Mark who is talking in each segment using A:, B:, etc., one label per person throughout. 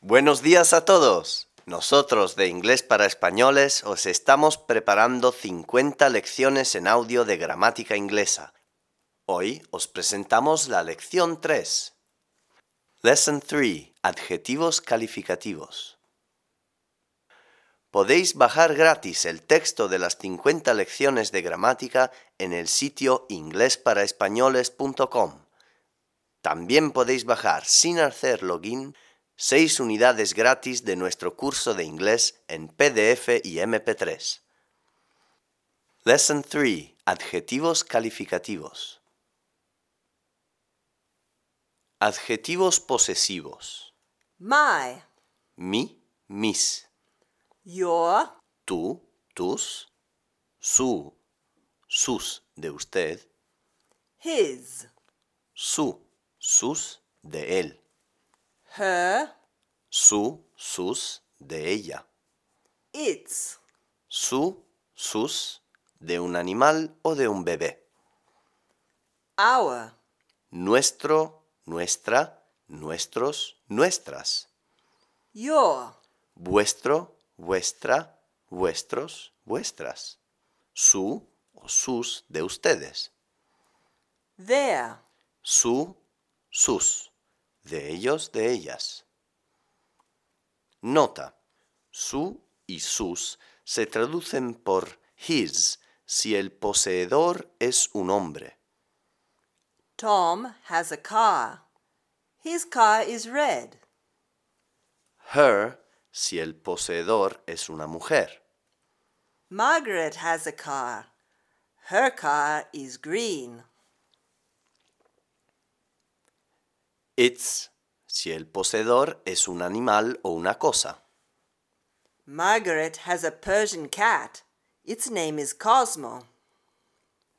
A: Buenos días a todos. Nosotros de Inglés para Españoles os estamos preparando 50 lecciones en audio de gramática inglesa. Hoy os presentamos la lección 3. Lesson 3. Adjetivos calificativos. Podéis bajar gratis el texto de las 50 lecciones de gramática en el sitio inglesparaespañoles.com. También podéis bajar sin hacer login 6 unidades gratis de nuestro curso de inglés en PDF y MP3. Lesson 3. Adjetivos calificativos. Adjetivos posesivos.
B: My,
A: Mi, mis.
B: your,
A: tú, tus, su, sus de usted,
B: his,
A: su, sus de él,
B: her,
A: su, sus de ella,
B: its,
A: su, sus de un animal o de un bebé,
B: our,
A: nuestro, nuestra, nuestros, nuestras,
B: your,
A: vuestro, vuestra, vuestros, vuestras, su o sus de ustedes,
B: their,
A: su, sus, de ellos, de ellas. Nota, su y sus se traducen por his si el poseedor es un hombre.
B: Tom has a car. His car is red.
A: Her si el poseedor es una mujer.
B: Margaret has a car. Her car is green.
A: Its si el poseedor es un animal o una cosa.
B: Margaret has a Persian cat. Its name is Cosmo.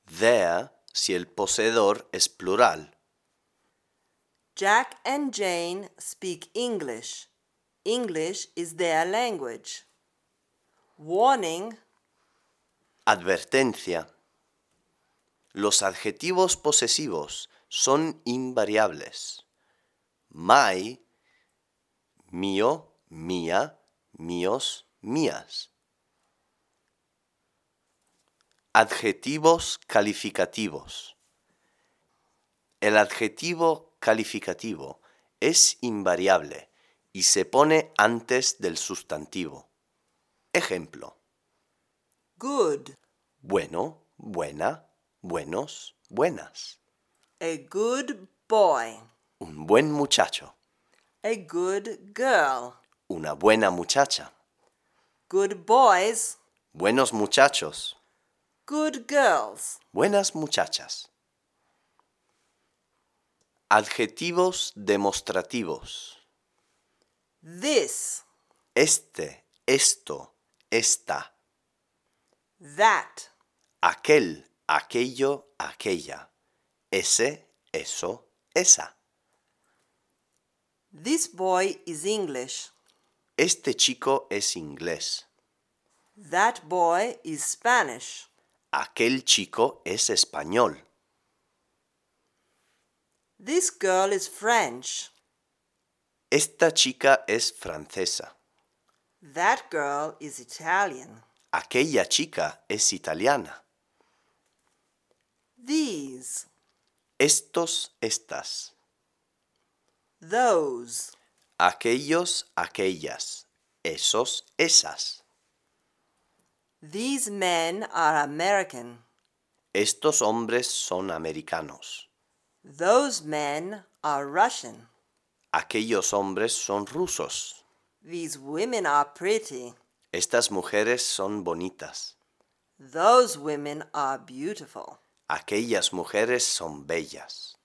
A: Their si el poseedor es plural.
B: Jack and Jane speak English. English is their language. Warning,
A: Advertencia. Los adjetivos posesivos son invariables. My, mío, mía, míos, mías. Adjetivos calificativos. El adjetivo calificativo es invariable y se pone antes del sustantivo. Ejemplo.
B: good.
A: Bueno, buena, buenos, buenas.
B: A good boy.
A: Un buen muchacho,
B: A good girl.
A: una buena muchacha,
B: Good boys.
A: buenos muchachos,
B: Good girls.
A: buenas muchachas. Adjetivos demostrativos.
B: This.
A: Este, esto, esta,
B: That.
A: aquel, aquello, aquella. Ese, eso, esa.
B: This boy is English.
A: Este chico es inglés.
B: That boy is Spanish.
A: Aquel chico es español.
B: This girl is French.
A: Esta chica es francesa.
B: That girl is Italian.
A: Aquella chica es italiana.
B: These.
A: Estos, estas.
B: Those.
A: Aquellos, aquellas. Esos, esas.
B: These men are American.
A: Estos hombres son americanos.
B: Those men are Russian.
A: Aquellos hombres son rusos.
B: These women are pretty.
A: Estas mujeres son bonitas.
B: Those women are beautiful.
A: Aquellas mujeres son bellas.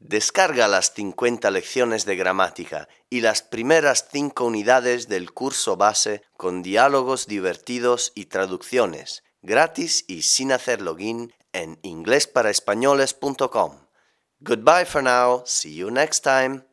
A: Descarga las 50 lecciones de gramática y las primeras 5 unidades del curso base con diálogos divertidos y traducciones, gratis y sin hacer login en inglesparaespañoles.com. Goodbye for now, see you next time.